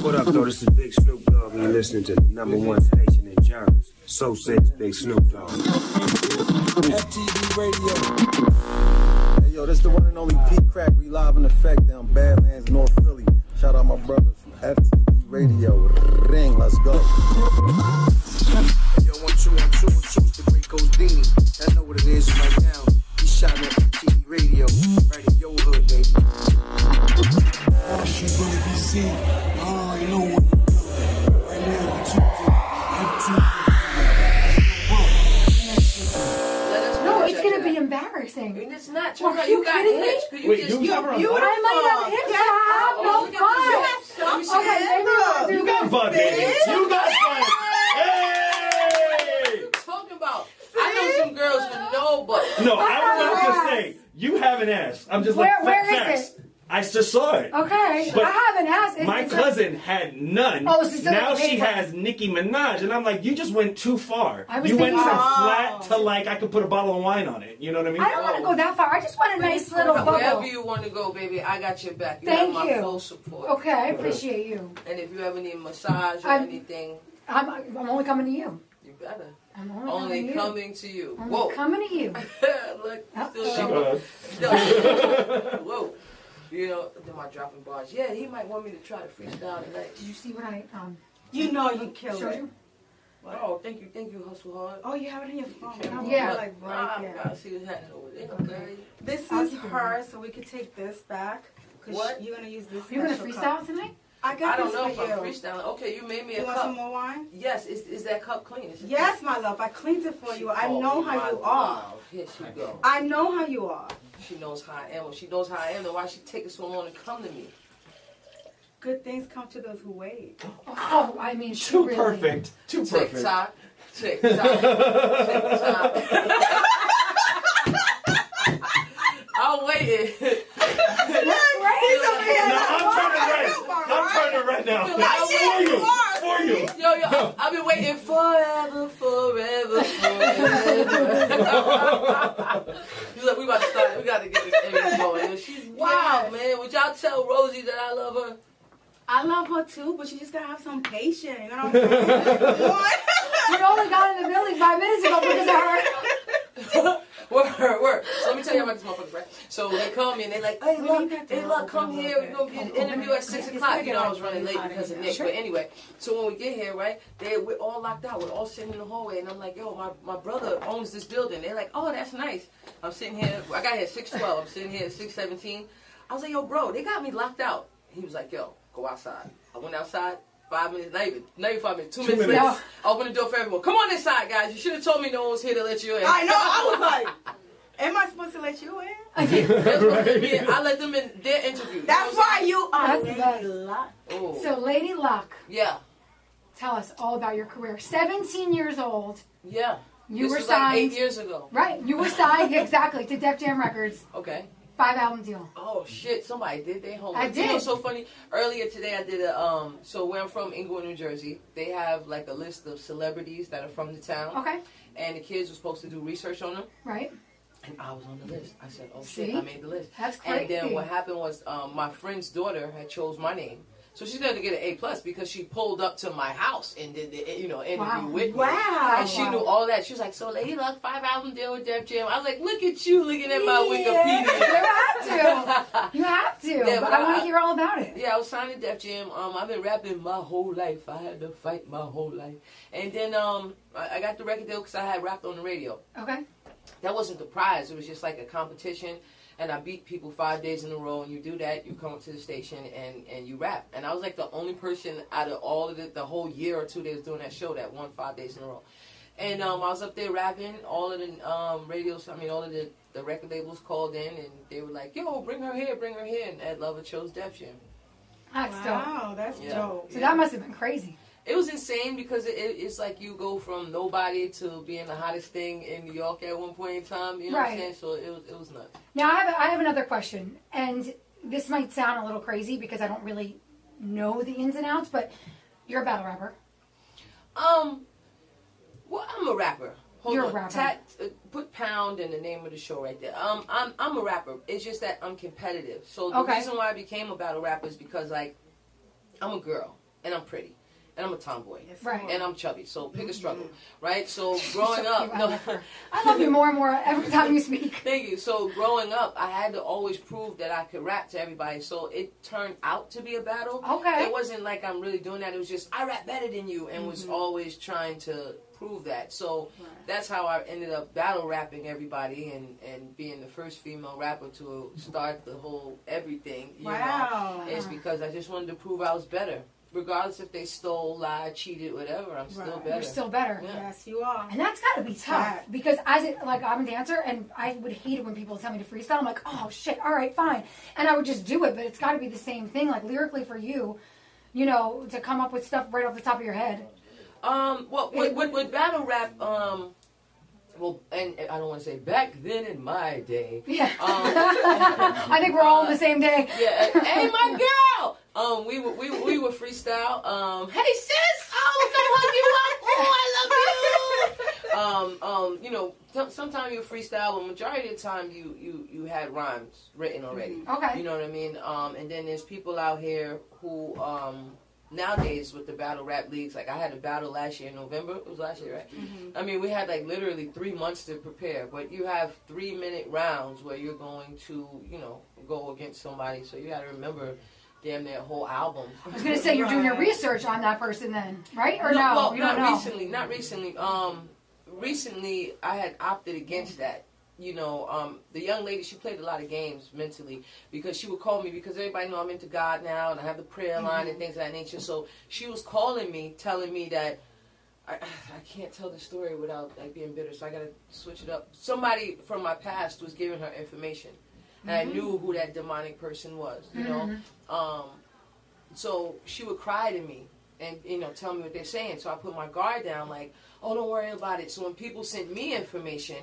What up, though? This is Big Snoop Dogg, and you're listening to the number one station in Germans. So says Big Snoop Dogg. FTV Radio. Hey, yo, this the one and only Pete Crack. We live in effect down Badlands, North Philly. Shout out my brother from FTV Radio. Ring, let's go. Yo, one, two, one, two, one, two. It's the great Goldini. I know what it is right now. He shot at TV radio. Right in your hood, baby. Washington, D.C. I already know what to do. Right now, I'm Tuesday. I'm Tuesday. No, Oh, it's gonna be embarrassing. And it's not Well, true. are you, you got kidding hits, me? Oh but you Wait, just you you're have her on beautiful. I might have hit but I have no You got fun. some oh Okay, maybe I'll do You got fun, baby. You got fun. Hey! Talking about. I know some girls with no butt. No, I have was an about to ass. say, you have an ass. I'm just Where- like, where fa- is facts. I just saw it. Okay, But I haven't asked. It's- My it's a- cousin had none. Oh, so it's like now a she paper. has Nicki Minaj, and I'm like, you just went too far. I was you went thinking- from Oh. flat to like I could put a bottle of wine on it. You know what I mean? I don't want to go that far. I just want a nice little Wherever bubble. you want to go, baby, I got your back. You Thank have my you. full support. Okay, I appreciate you. And if you ever need massage or I'm- anything, I'm, I'm only coming to you. you better. I'm only, Only coming to you. coming to you. I'm Whoa. coming to you. Look, still She got my- goes, No. Whoa. You know, then my dropping bars. Yeah, he might want me to try to freestyle tonight. Did you see what I um You know you killed showed it. you? Oh, thank you, thank you, hustle hard. Oh, you have it in your phone. Okay. I'm Yeah. Like Ah, right there. I see what's happening over there. Okay. This I'll is keep it her, so we could take this back. Cause What? You're gonna use this. You're gonna special freestyle cup. tonight? I got I don't this know if for I'm you. freestyling. Okay, you made me You a want some cup. more wine? Yes, is, is that cup clean? Is it- Yes, my love. I cleaned it for She you. I called know me how you my are. love. Here she go. I know how you are. She knows how I am. When she knows how I am, then why she taking so long to come to me? Good things come to those who wait. Oh, I mean, she Too really. perfect. Too Tick perfect. tock, tick tock, tick tock. I'm waiting. No, I'm turning red. I'm turning red now. For you. For you. Yo, yo, I- I've been waiting forever, forever, forever. He's like, we about to start. We got to get this image going. Yo, She's wild, man. Would y'all tell Rosie that I love her? I love her too, but she just gotta have some patience. You know what I'm saying? We only got in the building five minutes ago because of her. Word, word. So let me tell you about this motherfucker, right? So they call me and they like, hey, We look, need that hey, to look, come open a here. little We're going to bit. get an interview at 6 It's o'clock. gonna You get know, I like was running really late hot because in of here. Nick. But anyway, so when we get here, right, they, we're all locked out. We're all sitting in the hallway. And I'm like, yo, my, my brother owns this building. They're like, oh, that's nice. I'm sitting here. I got here at 612. I'm sitting here at 617. I was like, yo, bro, they got me locked out. He was like, yo, go outside. I went outside. Five minutes, not even, not even five minutes, two, minutes. minutes. later, I opened the door for everyone. Come on inside, guys. You should have told me no one was here to let you in. I know. I was like, am I supposed to let you in? That's what they Right. did. I let them in their interview. That's why you are. That's the best. luck. Oh. So, Lady Luck, yeah, tell us all about your career. 17 years old, yeah. you this were was like signed. eight years ago. right, you were signed exactly to Def Jam Records, Okay. five album deal. Oh shit! Somebody did their homework. I You know, did. it's so funny. Earlier today, I did a um. So where I'm from, Inglewood, New Jersey, they have like a list of celebrities that are from the town, Okay, and the kids were supposed to do research on them, right? and I was on the list. I said, "Oh shit, See? I made the list." That's And crazy. then what happened was um, my friend's daughter had chose my name, so she's going to get an A plus because she pulled up to my house and did the you know interview Wow. with me. Wow. And she knew all that. She was like, "So Lady Luck, five album deal with Def Jam." I was like, "Look at you, looking at You my have to. Wikipedia." You have to. but Yeah, but I want I- to hear all about it. yeah, I was signed to Def Jam. Um, I've been rapping my whole life. I had to fight my whole life, and then um, I, I got the record deal because I had rapped on the radio. Okay. That wasn't the prize. It was just like a competition, and I beat people five days in a row. And you do that, you come up to the station and and you rap. And I was like the only person out of all of the, the whole year or two that was doing that show that won five days in a row. And um, I was up there rapping. All of the um, radios, I mean, all of the, the record labels called in, and they were like, "Yo, bring her here, bring her here." And at Lover chose Def Jam. That's dope. Wow, that's Yeah. dope. So that must have been crazy. It was insane because it, it, it's like you go from nobody to being the hottest thing in New York at one point in time. You know what I'm Right. saying? So it was it was nuts. Now I have I have another question, and this might sound a little crazy because I don't really know the ins and outs, but you're a battle rapper. Um, well, I'm a rapper. Hold You're a on. rapper. Tat, uh, put pound in the name of the show right there. Um, I'm I'm a rapper. It's just that I'm competitive. So the Okay. reason why I became a battle rapper is because like I'm a girl. and I'm pretty, and I'm a tomboy, Right. and I'm chubby. So pick a struggle, right? So growing up, no. Mm-hmm. I love you more and more every time you speak. Thank you. So growing up, I had to always prove that I could rap to everybody. So it turned out to be a battle. Okay. It wasn't like I'm really doing that. It was just I rap better than you, and was always trying to prove that. So that's how I ended up battle rapping everybody, and and being the first female rapper to start the whole everything. You Wow. Know, is because I just wanted to prove I was better, regardless if they stole, lied, cheated, whatever. I'm still Right. better. You're still better. Yeah. Yes, you are. And that's gotta be tough Right. because as it, like I'm a dancer and I would hate it when people tell me to freestyle. I'm like, oh shit, all right, fine, and I would just do it. But it's gotta be the same thing, like lyrically for you, you know, to come up with stuff right off the top of your head. Um, well, with, with, with battle rap, um, well, and, and I don't want to say back then in my day. Yeah, Um, I think we're all on the same day. yeah, and- hey, my girl. Um, we were we, were- we were freestyle. Um, hey sis, oh, come Oh, hug you up. Oh, I love you. Um, um, you know, t- sometimes you freestyle, but majority of the time you you you had rhymes written already. Okay. You know what I mean? Um, and then there's people out here who um, nowadays with the battle rap leagues, like I had a battle last year in November. It was last year, right? I mean, we had like literally three months to prepare, but you have three minute rounds where you're going to, you know, go against somebody. So you got to remember damn their whole album. I was gonna say you're doing your research on that person then, right? Or no? well, you not don't know. recently. Not recently. Um, recently I had opted against that. You know, um, the young lady she played a lot of games mentally because she would call me because everybody know I'm into God now and I have the prayer line Mm-hmm. and things of that nature. So she was calling me, telling me that. I, I can't tell the story without like being bitter, so I gotta switch it up. Somebody from my past was giving her information, and Mm-hmm. I knew who that demonic person was. You know, um, so she would cry to me and you know tell me what they're saying. So I put my guard down, like, oh, don't worry about it. So when people sent me information,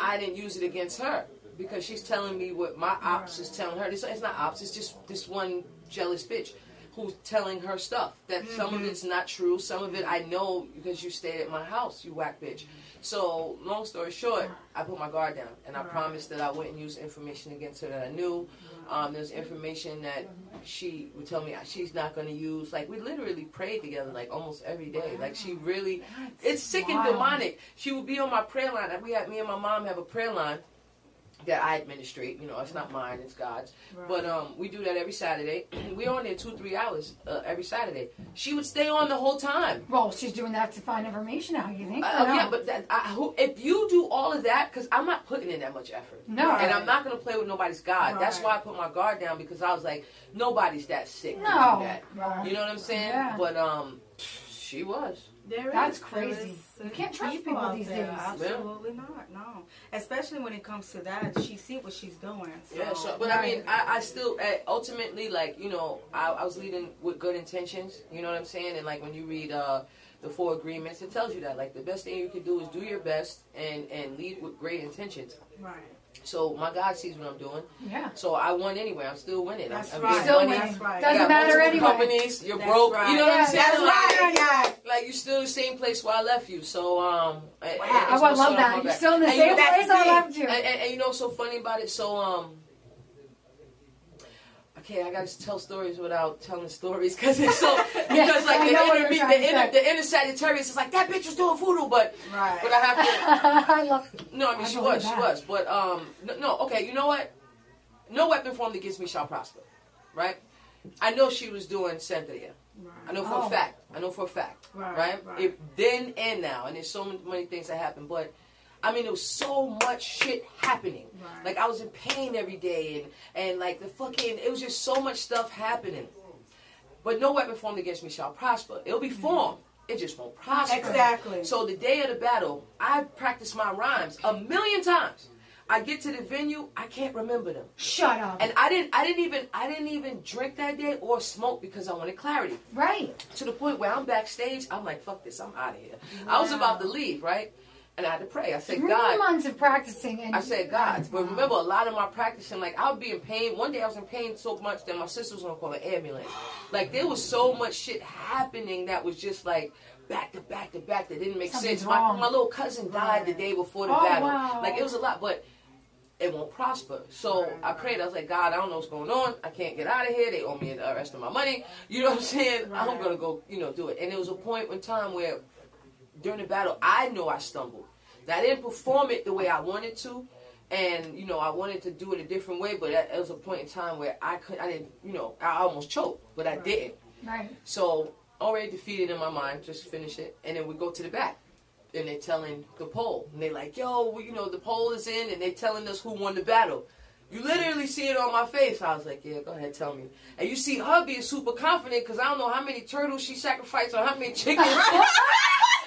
I didn't use it against her because she's telling me what my ops is telling her. This it's not ops. It's just this one jealous bitch who's telling her stuff that some of it's not true, some of it I know because you stayed at my house, you whack bitch. So long story short, I put my guard down and I promised that I wouldn't use information against her that I knew. Um, there's information that she would tell me she's not going to use. Like we literally prayed together, like almost every day. Like she really, it's sick and wild. demonic. She would be on my prayer line. Like, We had me and my mom have a prayer line that I administrate. You know, it's not mine, it's God's. But um, we do that every Saturday. We're on there two, three hours uh, every Saturday. She would stay on the whole time. Well, she's doing that to find information out. You think? Uh, or no? yeah, but that, I, who, if you do all of that, because I'm not putting in that much effort. No. And I'm not going to play with nobody's God. That's Right. why I put my guard down because I was like, nobody's that sick to No. do that. Right. You know what I'm saying? Yeah. But um, she was. There is- That's there crazy. is You can't trust people out these there. days. Absolutely not. No, especially when it comes to that, she see what she's doing. So. Um, Yeah, so, but I mean, I, I still uh, ultimately like you know I, I was leading with good intentions. You know what I'm saying? And like when you read uh, the four agreements, it tells you that like the best thing you can do is do your best and and lead with great intentions. right. So my God sees what I'm doing. Yeah. So I won anyway. I'm still winning. I'm- That's I'm, right. getting Still money. winning. That's right. You Doesn't got matter anyway. multiple Companies, you're That's broke. right. You know what Yeah, I'm saying? that's Like- right. Yeah. Like you're still the same place where I left you. So um, I, Oh, I would love that. You're still in the And you same know- place I left you. and, and, and you know what's so funny about it? So um, okay, I gotta tell stories without telling stories because it's so because I like know the what inner, you're me- trying the, to inner say. the inner Sagittarius is like that bitch was doing voodoo, but Right. but I have to. I love. No, I mean I she believe was, she that. was, but um, no, no, okay, you know what? No weapon formed against me shall prosper, right? I know she was doing Cynthia. I know for Oh. a fact. I know for a fact, Right, right? right. If then and now, and there's so many, many things that happen, but. I mean, there was so much shit happening. Right. Like I was in pain every day, and and like the fucking, it was just so much stuff happening. But no weapon formed against me shall prosper. It'll be formed. It just won't prosper. Mm-hmm. Exactly. So the day of the battle, I practiced my rhymes a million times. I get to the venue, I can't remember them. Shut up. And I didn't I didn't even I didn't even drink that day or smoke because I wanted clarity right. to the point where I'm backstage. I'm like, fuck this, I'm out of here. I was about to leave, right? And I had to pray. I said, Three God. months of practicing, and I said, God. But remember, a lot of my practicing, like, I would be in pain. One day I was in pain so much that my sister was going to call an ambulance. Like, there was so much shit happening that was just make back to back to back that didn't make Something's sense. My, wrong. my little cousin died the day before the Oh, battle. wow. Like it was a lot, but it won't prosper. So I prayed. I was like, God, I don't know what's going on. I can't get out of here. They owe me the rest of my money. You know what I'm saying? I'm gonna go, you know, do it. And there was a point in time where during the battle, I know I stumbled. That I didn't perform it the way I wanted to, and you know I wanted to do it a different way. But that, it was a point in time where I could, I didn't, you know, I almost choked, but I didn't. Right. So already defeated in my mind, just finish it, and then we go to the back, and they're telling the poll, and they like, yo, well, you know, the poll is in, and they telling us who won the battle. You literally see it on my face. I was like, yeah, go ahead, tell me. And you see her being super confident because I don't know how many turtles she sacrificed or how many chickens.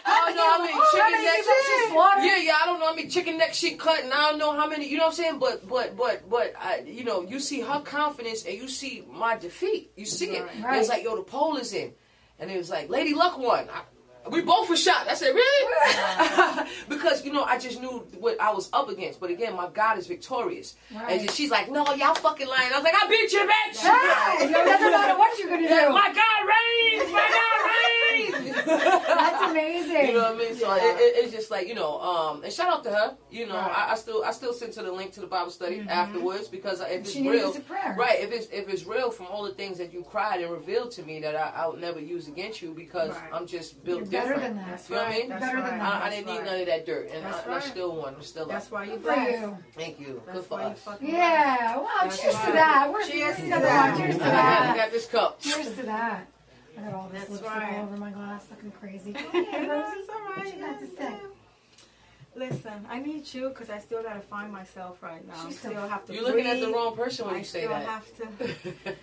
I don't know how many Oh, how chicken many necks you she did? Slaughtered. Yeah, yeah, I don't know how many chicken necks she cut, and I don't know how many. You know what I'm saying? But, but, but, but, I, you know, you see her confidence and you see my defeat. You see it. And It's Right. like, yo, the poll is in, and it was like, Lady Luck won. I, we both were shocked. I said, really? because you know, I just knew what I was up against. But again, my God is victorious, Right. and she's like, no, y'all fucking lying. I was like, I beat you, bitch. Hey, Ah, it doesn't matter what you're gonna Yeah, do. my God reigns. My God reigns. That's amazing. You know what I mean? So it, it, it's just like you know. Um, and shout out to her. You know, Right. I, I still I still send her the link to the Bible study Mm-hmm. afterwards because if it's She needs real, a prayer. right? If it's if it's real from all the things that you cried and revealed to me that I, I would never use against you because Right. I'm just built You're better different. than that. You know what I mean? That's better right. than that. I, I didn't That's need right. none of that dirt, and I, That's and I right. still won. I'm still That's up. why you Good for blessed. you. Thank you. Good That's for why you us. fucking blessed. Yeah. Wow. That's cheers to right. that. We're Cheers to cheers to that. that. Cheers to I got, I that. got this cup. Cheers to that. I got all this That's lipstick right. all over my glass, looking crazy. You Okay, know, Rosie. it's all right. What you got to Yeah, say? yeah. Listen, I need you because I still gotta find myself right now. I She's still have to. You're looking at the breathe. wrong person when I you say still that. have to.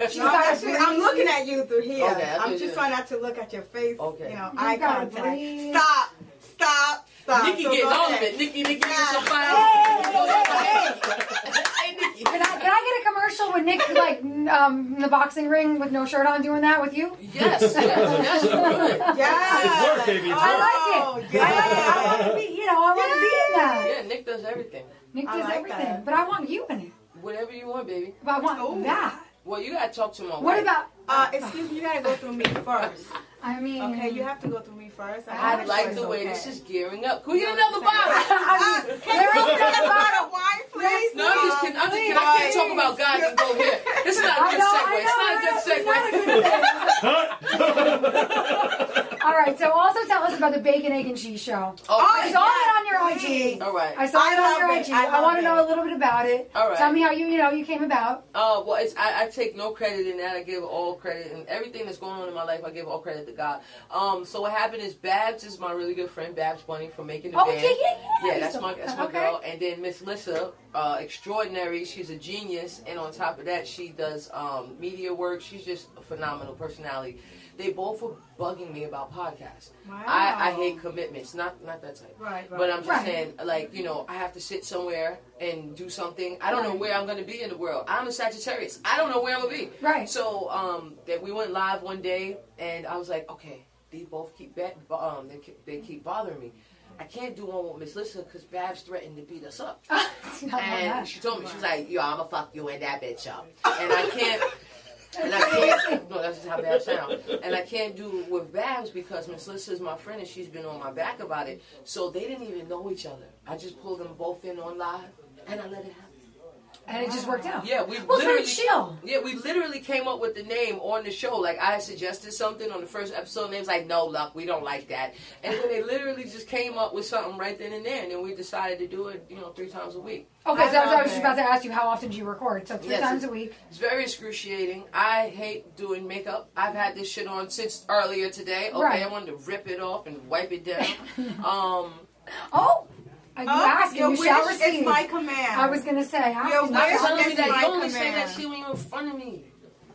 She's No, got that's to just- I'm looking at you through here. Okay, I I'm feel just you. trying not to look at your face. Okay. You know, You eye gotta contact. breathe. Stop. Stop. Stop. Nikki So getting go all of ahead. it. Nikki, Nikki, Yeah. yeah. Hey, Nikki. Can I, can I get a commercial with Nick, like, n- um, in the boxing ring with no shirt on doing that with you? Yes, yes, yes, you would. Yeah. It's work, baby, it's I like Oh, it. I like it. I want to be, you know, I want to be in that. Yeah, Nick does everything. Nick I does like everything, that. but I want you in it. Whatever you want, baby. But I want that. Well, you gotta talk to my What wife. about? Uh, excuse me, you gotta go through me first. I mean, Okay, you have to go through me first. I It's like the way okay. this is gearing up. Can we get another bottle? Ah, can you open that bottle wine, please? No, I'm just kidding. I'm just kidding. I can't talk about God and go here. This is not a I good know, segue. I It's know, not a it's good not a good segue. All right, so also tell us about the bacon, egg, and cheese show. I saw it on your IG. segue. Oh, All right. Oh. I saw I it on love your it. IG. I I, love want to it. know a little bit about it. All right. Tell me how you, you know, you came about. Uh, well, it's I, I take no credit in that. I give all credit and everything that's going on in my life. I give all credit to God. Um, so what happened is Babs is my really good friend, Babs Bunny from making the Oh, band. yeah, yeah, yeah. that's my that's my Okay. girl. And then Miss Lissa, uh, extraordinary. She's a genius, and on top of that, she does um, media work. She's just a phenomenal personality. They both were bugging me about podcasts. Wow. I, I hate commitments, not not that type. Right, right. But I'm just Right. saying, like, you know, I have to sit somewhere and do something. I don't know where I'm going to be in the world. I'm a Sagittarius. I don't know where I'm going to be. Right. So, um, that we went live one day, and I was like, okay, they both keep ba- bo- um, they keep, they keep bothering me. I can't do one with Miss Lissa because Babs threatened to beat us up. Not like And that. she told me, she was like, yo, I'm going to fuck you and that bitch up. And I can't. And I can't. No, that's just how Babs sound. And I can't do it with Babs because Miss Lissa is my friend and she's been on my back about it. So they didn't even know each other. I just pulled them both in on live and I let it happen. and it just worked out. Yeah, we Well, it's very literally chill. Yeah, we literally came up with the name on the show. Like I had suggested something on the first episode, and they was like, "No, luck, we don't like that." And then they literally just came up with something right then and there, and then we decided to do it, you know, three times a week. Okay, so I was, I love was just it. about to ask you how often do you record? So three Yes, times it- a week. It's very excruciating. I hate doing makeup. I've had this shit on since earlier today. Okay, Right. I wanted to rip it off and wipe it down. um, Oh, are you Oh, ask your and you wish shall receive. is my command. I was gonna say, ask Your and you wish I'm Yes, shall telling you yes, that my you only say command. that shit when you're in front of me.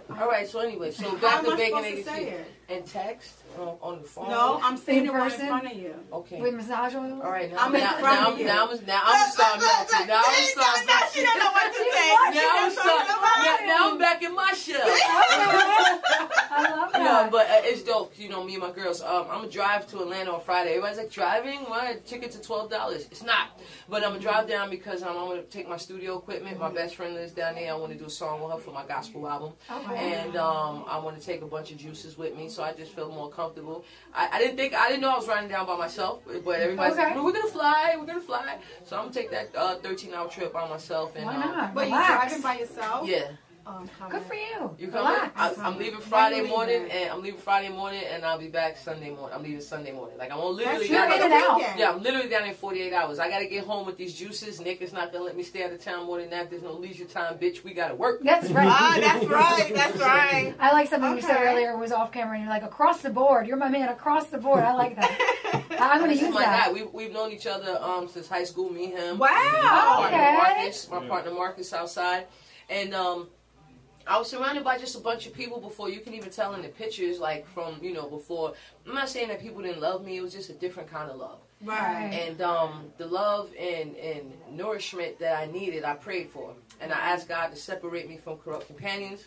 All right. So anyway, so How back am to I bacon supposed egg to and say cheese. it? and text on, on the phone. No, I'm saying In it right in person? front of you. okay. With massage oil? All right. Now, I'm in now, front now, of you. now, I'm- now I'm starting melting. Now I'm See, starting. now she don't know what to say. Now I'm She don't know starting. what to Now, now I'm back in my shell. I love that. No, Yeah. Um, but uh, it's dope. You know, me and my girls. Um, I'm gonna drive to Atlanta on Friday. Everybody's like, driving? What? Tickets are twelve dollars. It's not. But I'm gonna drive down because um, I'm gonna take my studio equipment. Mm-hmm. My best friend lives down there. I want to do a song with her for my gospel album. Okay. And um, I want to take a bunch of juices with me, so I just feel more comfortable. I, I didn't think I didn't know I was riding down by myself, but everybody's like, Okay. "We're gonna fly, we're gonna fly." So I'm gonna take that uh, 13-hour trip by myself. And, Why um, not? But you Relax. driving by yourself? yeah. Um, Good for you. You coming? Relax. I, I'm leaving Why Friday you morning, leaving? and I'm leaving Friday morning, and I'll be back Sunday morning. I'm leaving Sunday morning. Like I'm on literally. That's You're down your in in and and out. yeah, I'm literally down in 48 hours. I gotta get home with these juices. Nick is not gonna let me stay out of town more than that. There's no leisure time, bitch. We gotta work. That's right. Ah, that's right. That's right. I like something you said Okay. earlier was off camera, and you're like, across the board. You're my man across the board. I like that. I'm going to This is use my that. guy. We, we've known each other um, since high school. Me, him. Wow. My Okay. partner Marcus, my partner Marcus outside, and um, I was surrounded by just a bunch of people before you can even tell in the pictures, like from you know before. I'm not saying that people didn't love me. It was just a different kind of love, Right. and um, the love and and nourishment that I needed, I prayed for, and I asked God to separate me from corrupt companions.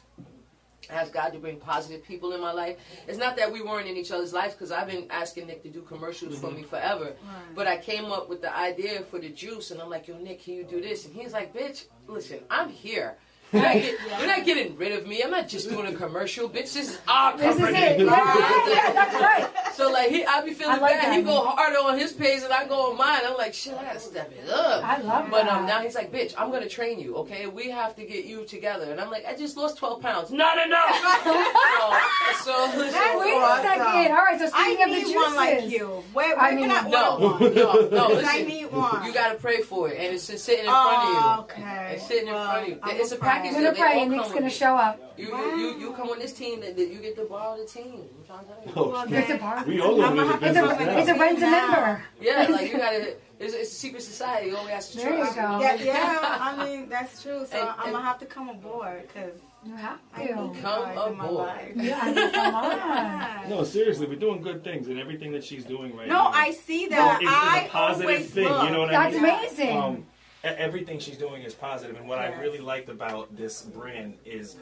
I asked God to bring positive people in my life. It's not that we weren't in each other's lives because I've been asking Nick to do commercials for me forever. But I came up with the idea for the juice, and I'm like, yo, Nick, can you do this? And he's like, bitch, listen, I'm here. You're not, get- you're not getting rid of me. I'm not just doing a commercial, bitch. This is our This is company. it. Yeah, yeah, yeah, that's right. So like, he, I be feeling I like bad. that. He go harder on his page than I go on mine. I'm like, shit, I gotta step it up. I love But that. um, now he's like, bitch, I'm gonna train you, okay? We have to get you together. And I'm like, I just lost 12 pounds. Not enough. so, so, so Wait awesome. a second. All right, so I speaking of the need juices. one like you. Where, where I can mean, I no, order one? no, no. 'Cause I Listen, need one. you gotta pray for it, and it's just sitting in Oh, front of you. okay. It's sitting in Well, front of you. I'm It's a gonna package I'm pray. going that to they all pray, come and Nick's going to with. show up. You, you, you, you come on this team, that, that you get to borrow the team. I'm trying to tell you. Oh, shit. It's a bar. We all over I'm the a- It's business a, now. it's a rent a member. Yeah, like you gotta. It's, it's a secret society. You only have to There you trust. go. Yeah, yeah. I mean, that's true. So And- I'm and- gonna have to come aboard because You have I need to. you Come guys in my aboard. life. Yeah, I mean, come on. No, seriously, we're doing good things, and everything that she's doing right No, now. I see that. It's, it's I a positive always thing. Look. You know what That's I mean? amazing. Um, e- everything she's doing is positive, and what Yes. I really liked about this brand is,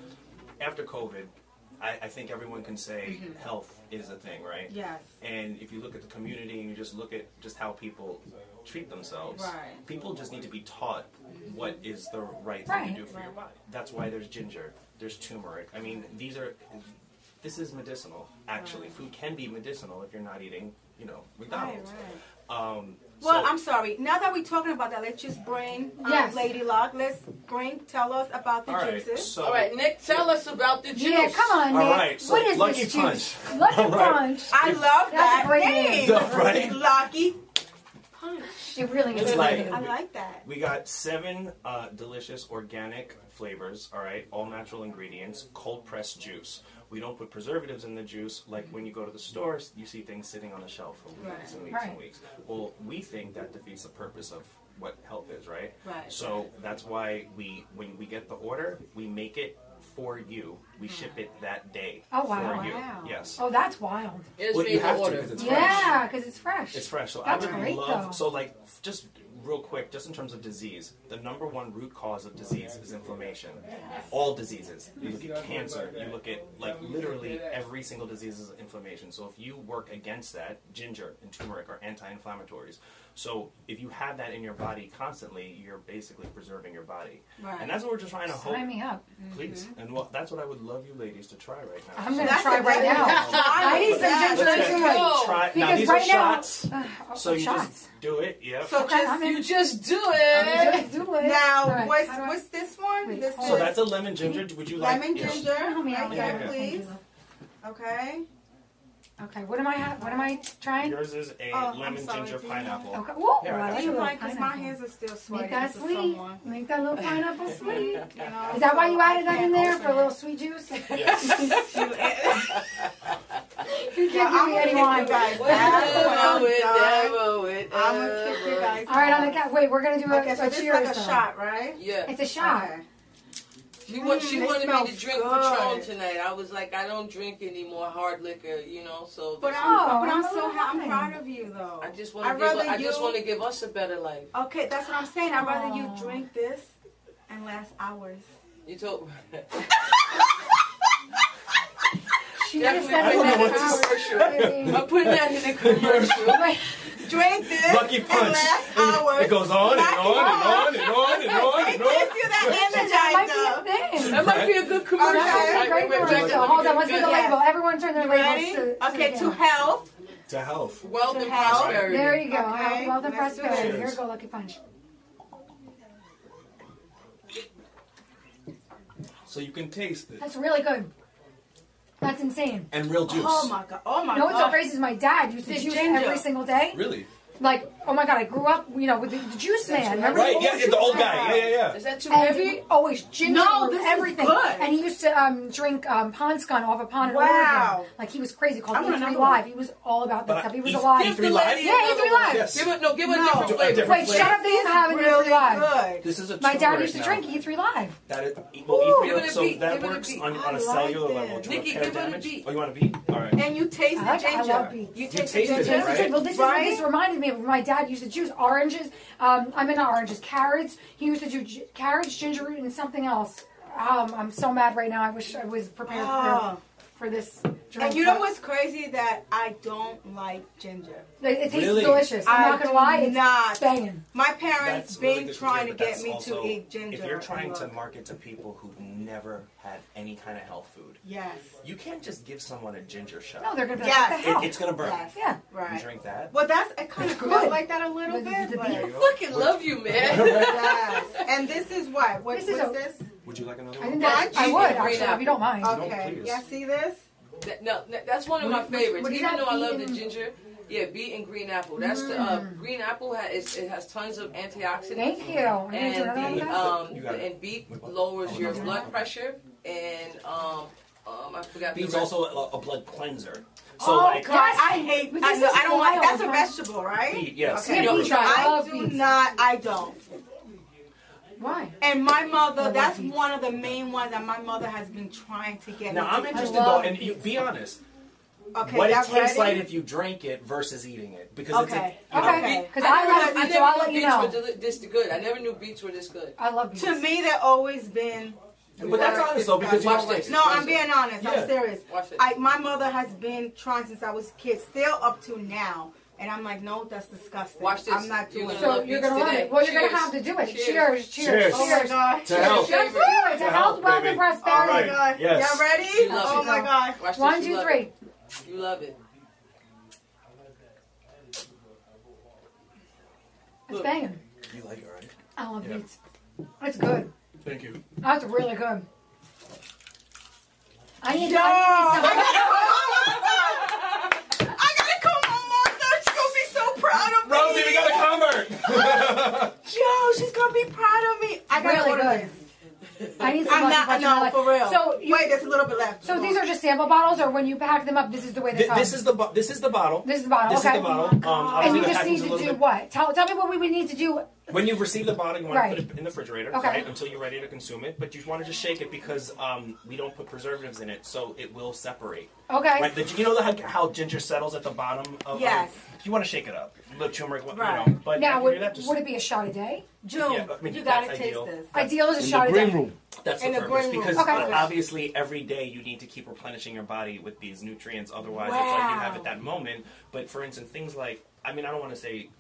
after COVID, I, I think everyone can say Mm-hmm. health is a thing, right? Yes. And if you look at the community and you just look at just how people treat themselves, Right. Mm-hmm. people just need to be taught what is the right thing Right. to do for your Right. body. That's why there's ginger, there's turmeric. I mean, these are this is medicinal. Actually, food can be medicinal if you're not eating, you know, Right, McDonald's. right. Um, Well, so- I'm sorry. Now that we're talking about that, let's just bring um, Yes. Lady Luck. Let's bring. Tell us about the all right. juices. So All right, Nick, tell us about the juice. Yeah, come on, Nick. All right, so what is Lucky this Punch. juice? Lucky All right. Punch. I love that great name. name. Right? Lucky punch. It really It's is. like- I like that. We got seven uh, delicious organic flavors, all right, all natural ingredients, cold pressed juice. We don't put preservatives in the juice like when you go to the store, you see things sitting on a shelf for weeks and weeks Right. and weeks. Well, we think that defeats the purpose of what health is, right? Right. So that's why we, when we get the order, we make it for you. We ship it that day. Hmm. Oh, wow. For you. Wow. Yes. oh, that's wild. Here's Well, me you the have to, order. 'cause it's fresh. Yeah, because it's fresh. It's fresh. So That's I would great, love. though. So like, f- just real quick, just in terms of disease, the number one root cause of disease is inflammation. All diseases. You look at cancer. You look at like literally every single disease is inflammation. So if you work against that, ginger and turmeric are anti-inflammatories. So if you have that in your body constantly, you're basically preserving your body. Right. And that's what we're just trying to hope. Sign me up. Please. And well, that's what I would love you ladies to try right now. Mm-hmm. I'm gonna That's try a right great now. I need Yeah. some ginger Let's and go. turmeric. Try. Now Because these right are now- shots. Oh, so you shots. just do it. Yeah. So Okay, just I'm in. You just do I'm it. just do it. now, All right, what's how do I- what's this one? Wait, this hold So is that's a lemon ginger. Would you like lemon yeah. ginger. Help me out Right with there, that. Thank you, please. Okay. Okay, what am I? ha- What am I trying? Yours is a Oh, I'm lemon sorry, ginger do you- pineapple. Okay. Whoa, Here, I I got like Do a you little like? Cause my pineapple. hands are still sweaty. Make that for sweet. someone, Make that little pineapple sweet. you know, Is that why so you I added that in can't there open for a it. little sweet juice? You Yes. can't Yeah, give I'm me gonna any kick wine. you guys. All ass Never when would, I'm done. never would, I'm gonna kick you ever. guys. right, on the ass. cat. Wait, we're gonna do a, Uh, Okay, so a this is cheers. like a though. shot, right? Yeah. It's a shot. Okay. She, wa- she Mm, it wanted me to smells drink good. Patron tonight. I was like, I don't drink anymore hard liquor, you know. So But I'm, Oh, but I'm I'm so ha- I'm loving. proud of you though. I just want I'd to give. rather I just you- want to give us a better life. Okay, that's what I'm saying. I'd rather you Aw. drink this and last hours. You told. She never said Definitely that. put I'm putting that in the commercial. Drink this. Lucky And punch. last hours. It goes on and on and on and on and on It and gives on. you that That energizer. might be a thing. That might be a good commercial. That Okay. would be a great commercial. Hold on, let's do the Yes. label. Everyone turn their You labels ready? to- to. Okay, the to camera. health. To health. Wealth and Health. prosperity. There you go. Okay, Health, wealth, and let's do prosperity. it. Here go, Lucky Punch. So you can taste it. That's really good. That's insane. And real juice. Oh my god. Oh my You know what's so god. crazy is my dad used to The juice ginger. every single day. Really? Like, oh my god, I grew up, you know, with the, the juice man. Remember Right, the yeah, old yeah, the juice old man? guy. Yeah, yeah, Is yeah. that too And heavy? always ginger No, with this is everything. good. And he used to um, drink um, pond scum off a pond in Wow. Oregon. Like he was crazy, called I want E3 another Live. one. He was all about But that stuff. He was E- alive. E3 Live? Yeah, E3 Live. Yes. Give it no, give it a No. different Do a flavor. different- Wait, shut up that you This have is it really E3 Live. Good. This is a My dad turmeric used to now. drink E3 Live. That is, well, Give it E3, a so beat, that give it a works beat. on, I on a like cellular that. level to Nikki, repair give it a damage. beat. Oh, you want a beat? All right. And you taste I, like, the I ginger. love beets. You You taste the tasted it, ginger. That's the truth. Well, this Right? is this reminded me of when my dad used to juice oranges. Um, I mean not oranges, carrots. He used to do gi- carrots, ginger root, and something else. Um, I'm so mad right now. I wish I was prepared Wow. for, for this drink. And you know but what's crazy? That I don't like ginger. It, it tastes Really? delicious. I'm I not gonna do lie. It's not. banging. My parents That's really been good hear, trying to but get that's me also- to eat ginger. If you're trying and to look. market to people who've never had any kind of health food, Yes. you can't just give someone a ginger shot. No, they're gonna be Yes. like, what the It- hell? it's gonna burn. Yes. yeah. You Right. drink that. Well, that's it kind of good. grows like that a little But this is bit, the but beef. you I go. fucking love you, man. yes. And this is what? What This this is what's a- this? Would you like another I one? think that Why'd I you would bring actually, up- if you don't mind. Okay. please. Y'all see this? That- no, that- that's one of my What- what- favorites. what is Even that though I love the beet Mm. and- ginger, yeah, beet and green apple. That's the uh, green apple. Ha- is, it has tons of antioxidants. Thank you. Are you gonna do another one and of the, those? um, You got it. and beet Wait, what? lowers Oh, your no. blood pressure, and um, um, I forgot. the Beets rest. also a, a blood cleanser. So Oh, like God. Yes. I hate. But I, this no, is I don't like. That's a wild, huh? vegetable, right? beet, yes. Yeah, You don't beets. try it. I I love do beets. not. I don't. Why? And my mother. love That's beets. one of the main ones that my mother has been trying to get. Now me I'm to- interested I though, love and you, be honest. Okay. what it that's tastes like ready? if you drank it versus eating it, because Okay. it's a, you know, Okay. beet- Because I I, never, love knew- I beets, so I'll never let knew you beets were know. deli- this good. I never knew beets were this good. I love beets. To me, they've always been. But that's honest though, because you Watch don't like this. No, I'm being honest. Yeah. I'm serious. Watch this. I, my mother has been trying since I was a kid, still up to now. And I'm like, no, that's disgusting. Watch this. I'm not You're doing it. gonna So love you're beets gonna love today. it. Well, you're gonna Cheers. have to do it. Cheers. Cheers, cheers, Cheers. Oh my cheers. God. To health. Let's do it. To health, wealth, and baby. Oh my prosperity. God. Yes. Y'all ready? You love Oh it. my God. Watch this. One, You two, love three. it. You love it. It's banging. You like it, right? I love Yeah. beets. It's good. Thank you. That's really good. I need to. Yo! I need some- I gotta call my mother. She's gonna be so proud of me. Rosie, we got a convert. Yo, she's gonna be proud of me. I gotta Really order good. this. I need some. I'm Lucky not, Punch in my no, life. for real. So, you, Wait, there's a little bit left. so these are just sample bottles, or when you pack them up, this is the way they Th- come. this is the bo- this is the bottle. This is the bottle. This okay. Oh is the bottle. Um, And obviously you the just need packaging's to a do little bit. what? Tell tell me what we would need to do. When you receive the bottle, you want Right. to put it in the refrigerator, Okay. right, until you're ready to consume it. But you want to just shake it because um, we don't put preservatives in it, so it will separate. Okay. Right? The, you know the, how, how ginger settles at the bottom of. Yes. of- you want to shake it up. The turmeric, you know. Right. But Now, after would, that, just, would it be a shot a day? June, Yeah, I mean, you gotta that's taste ideal. this. Ideal is a In shot the a green day. room. That's in the the purpose green room. because Okay. uh, obviously every day you need to keep replenishing your body with these nutrients. Otherwise, it's like you have Wow. at that moment. But for instance, things like I mean, I don't want to say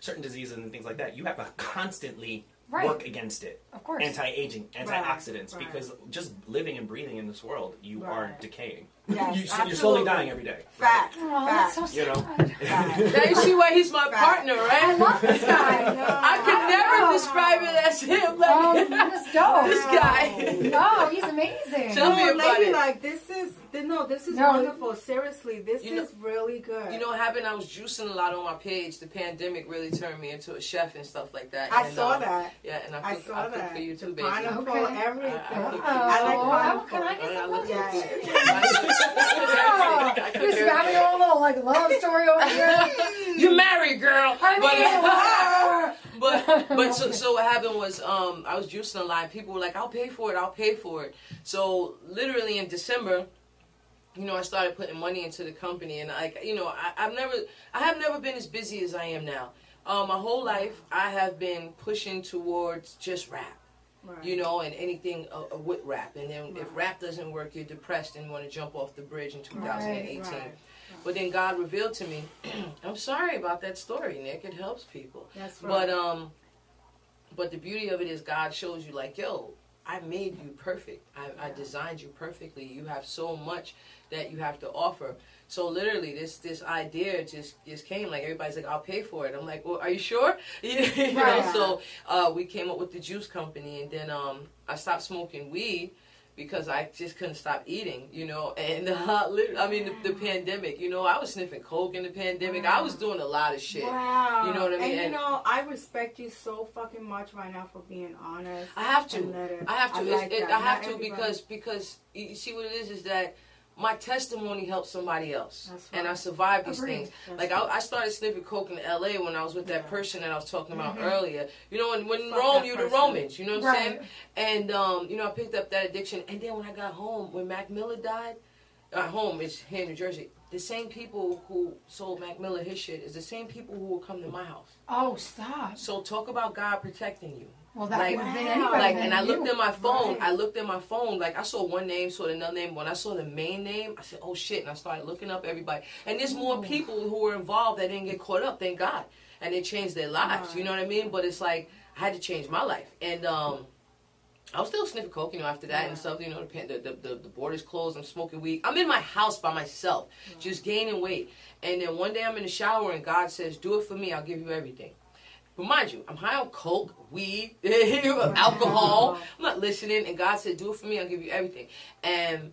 certain diseases and things like that. You have to constantly Right. work against it. Of course. anti-aging, antioxidants, right. because just living and breathing in this world, you are Right. decaying. Yes, you, are slowly absolutely. dying every day. Fact. Oh, that's so fact. You sad. know. Now you see why he's my Right. partner, I right? love Oh. this guy. I could never Wow. describe it as him. Like Um, this this dope. guy. No, he's amazing. Tell me No, about lady, it. like this is th- no, this is No. wonderful. Seriously, this You know- is really good. You know what happened? I was juicing a lot on my page. The pandemic really turned me into a chef and stuff like that. I And, saw um, that. Yeah, and I I cook, I saw cook that. for you too, The baby. pineapple, Okay. everything. Oh, I like pineapple. can I get And I some? look at Yeah. you. I cook You're having everything. your own little like love story over here. You married, girl. I But, mean, wow. But but so, so what happened was um I was juicing a lot. People were like, "I'll pay for it. I'll pay for it." So literally in December, you know, I started putting money into the company, and like you know, I, I've never I have never been as busy Uh, as I am now. Um, my whole life, I have been pushing towards just rap. Right. you know, and anything uh, uh, with rap. And then if rap doesn't work, you're depressed and want to jump off the bridge in 2018. Right, right. But then God revealed to me, I'm sorry about that story, Nick. It helps people. That's But right. um, but the beauty of it is God shows you like, yo, I made you perfect. I, I designed you perfectly. You have so much that you have to offer. So literally, this this idea just just came. Like everybody's like, I'll pay for it. I'm like, well, are you sure? you know. Right. So uh, we came up with the juice company, and then um, I stopped smoking weed because I just couldn't stop eating, you know. And uh, lit- I mean, the, the pandemic, you know, I was sniffing coke in the pandemic. I was doing a lot of shit. Wow. You know what I mean? And, And- you know, I respect you so fucking much right now for being honest. I have to. and let it- I have to. It's- like it- that. I have Not to everybody- because because you see what it is is that my testimony helped somebody else, That's and I right. survived these Agreed. things. That's like I, I started sniffing coke in L.A. when I was with that Yeah. Mm-hmm. person that I was talking about earlier. You know, when, when Fuck Rome, that you the person. Romans. You know what I'm Right. saying? And um, you know, I picked up that addiction. And then when I got home, when Mac Miller died, at home is here in New Jersey. The same people who sold Mac Miller his shit is the same people who will come to my house. Oh, stop. So talk about God protecting you Well, that Like- would have been Wow. anybody. like than and I you. looked at my phone. Right. I looked at my phone. Like I saw one name, saw another name. When I saw the main name, I said, "Oh shit!" And I started looking up everybody. And there's more Mm-hmm. people who were involved that didn't get caught up. Thank God. And they changed their lives. You know what I mean? But it's like I had to change my life. And um, I was still sniffing coke, you know, after that and stuff. You know, the, pan- the, the the the borders closed. I'm smoking weed. I'm in my house by myself, just gaining weight. And then one day I'm in the shower and God says, "Do it for me. I'll give you everything." But mind you, I'm high on coke, weed, alcohol. I'm not listening. And God said, Do it for me, I'll give you everything. And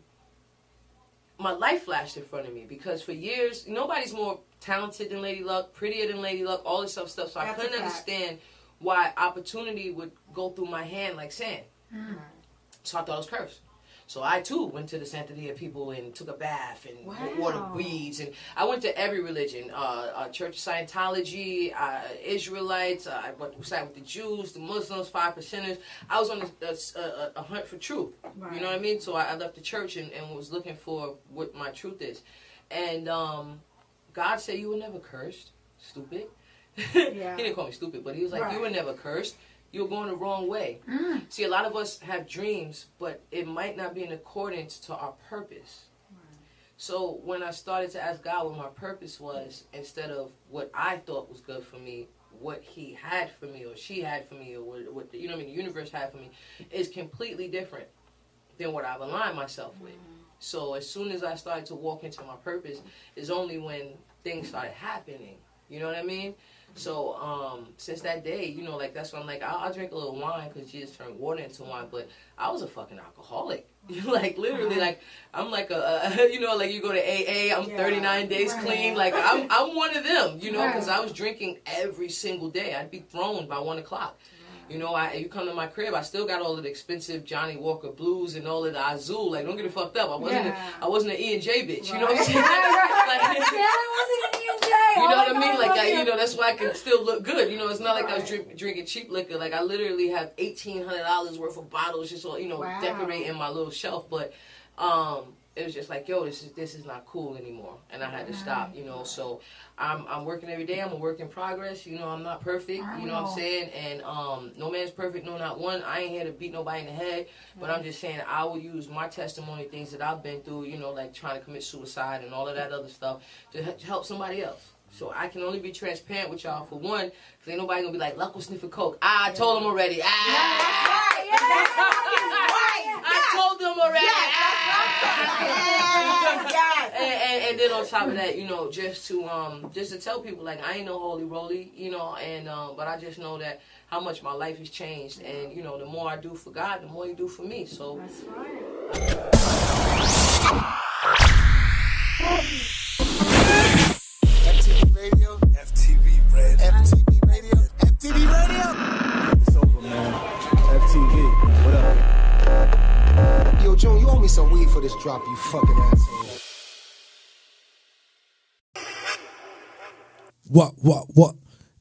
my life flashed in front of me because for years, nobody's more talented than Lady Luck, prettier than Lady Luck, all this stuff, stuff. So That's I a couldn't fact. understand why opportunity would go through my hand like sand. So I thought it was cursed. So I too went to the Santeria people and took a bath and Wow. watered weeds and I went to every religion, uh, uh, Church of Scientology, uh, Israelites. Uh, I went, sat with the Jews, the Muslims, five percenters. I was on a, a- a- a hunt for truth. You know what I mean? So I, I left the church and, and was looking for what my truth is. And um, God said, "You were never cursed, stupid." Yeah. he didn't call me stupid, but he was like, "You were Right. never cursed. You were going the wrong way." See, a lot of us have dreams, but it might not be in accordance to our purpose. So when I started to ask God what my purpose was, instead of what I thought was good for me, what He had for me, or she had for me, or what, what the, you know, what I mean, the universe had for me, is completely different than what I've aligned myself with. So as soon as I started to walk into my purpose, is only when things started happening. You know what I mean? So um, since that day, you know, like that's when I'm like, I'll, I'll drink a little wine because Jesus turned water into wine. But I was a fucking alcoholic. like literally, like I'm like a, a you know, like you go to AA, I'm Yeah. 39 days Right. clean. Like I'm I'm one of them, you know, because Right. I was drinking every single day. I'd be thrown by one o'clock. You know, I you come to my crib, I still got all of the expensive Johnny Walker blues and all of the Azul. Like, don't get it fucked up. I wasn't Yeah. a, I wasn't an E and J bitch. You know what I'm saying? Like- yeah, I wasn't in the ENJ. you Oh know my what I God, mean? Like, love I, you you. know, that's why I can still look good. You know, it's not like I was drink, drinking cheap liquor. Like, I literally have eighteen hundred dollars worth of bottles just all you know Wow. decorating my little shelf. But um, it was just like, yo, this is this is not cool anymore, and I had to stop. You know, so I'm I'm working every day. I'm a work in progress. You know, I'm not perfect. You know what I'm Wow. saying? And um, no man's perfect, no not one. I ain't here to beat nobody in the head, but I'm just saying I will use my testimony, things that I've been through. You know, like trying to commit suicide and all of that other stuff to he- help somebody else. So I can only be transparent with y'all for one, because ain't nobody gonna be like, Luck was sniffing coke. I told him already. Ah, Right, yeah, that's fucking right. I told them already. Ah. Yes, yes. and, and, and then on top of that, you know, just to um, just to tell people like I ain't no holy roly, you know, and um, but I just know that how much my life has changed, and you know, the more I do for God, the more He do for me. So That's right. FTV Radio, FTV, bread. FTV Radio, FTV, radio. it's over, man. FTV, what up? Yo, June, you owe me some weed for this drop, you fucking asshole. What, what, what,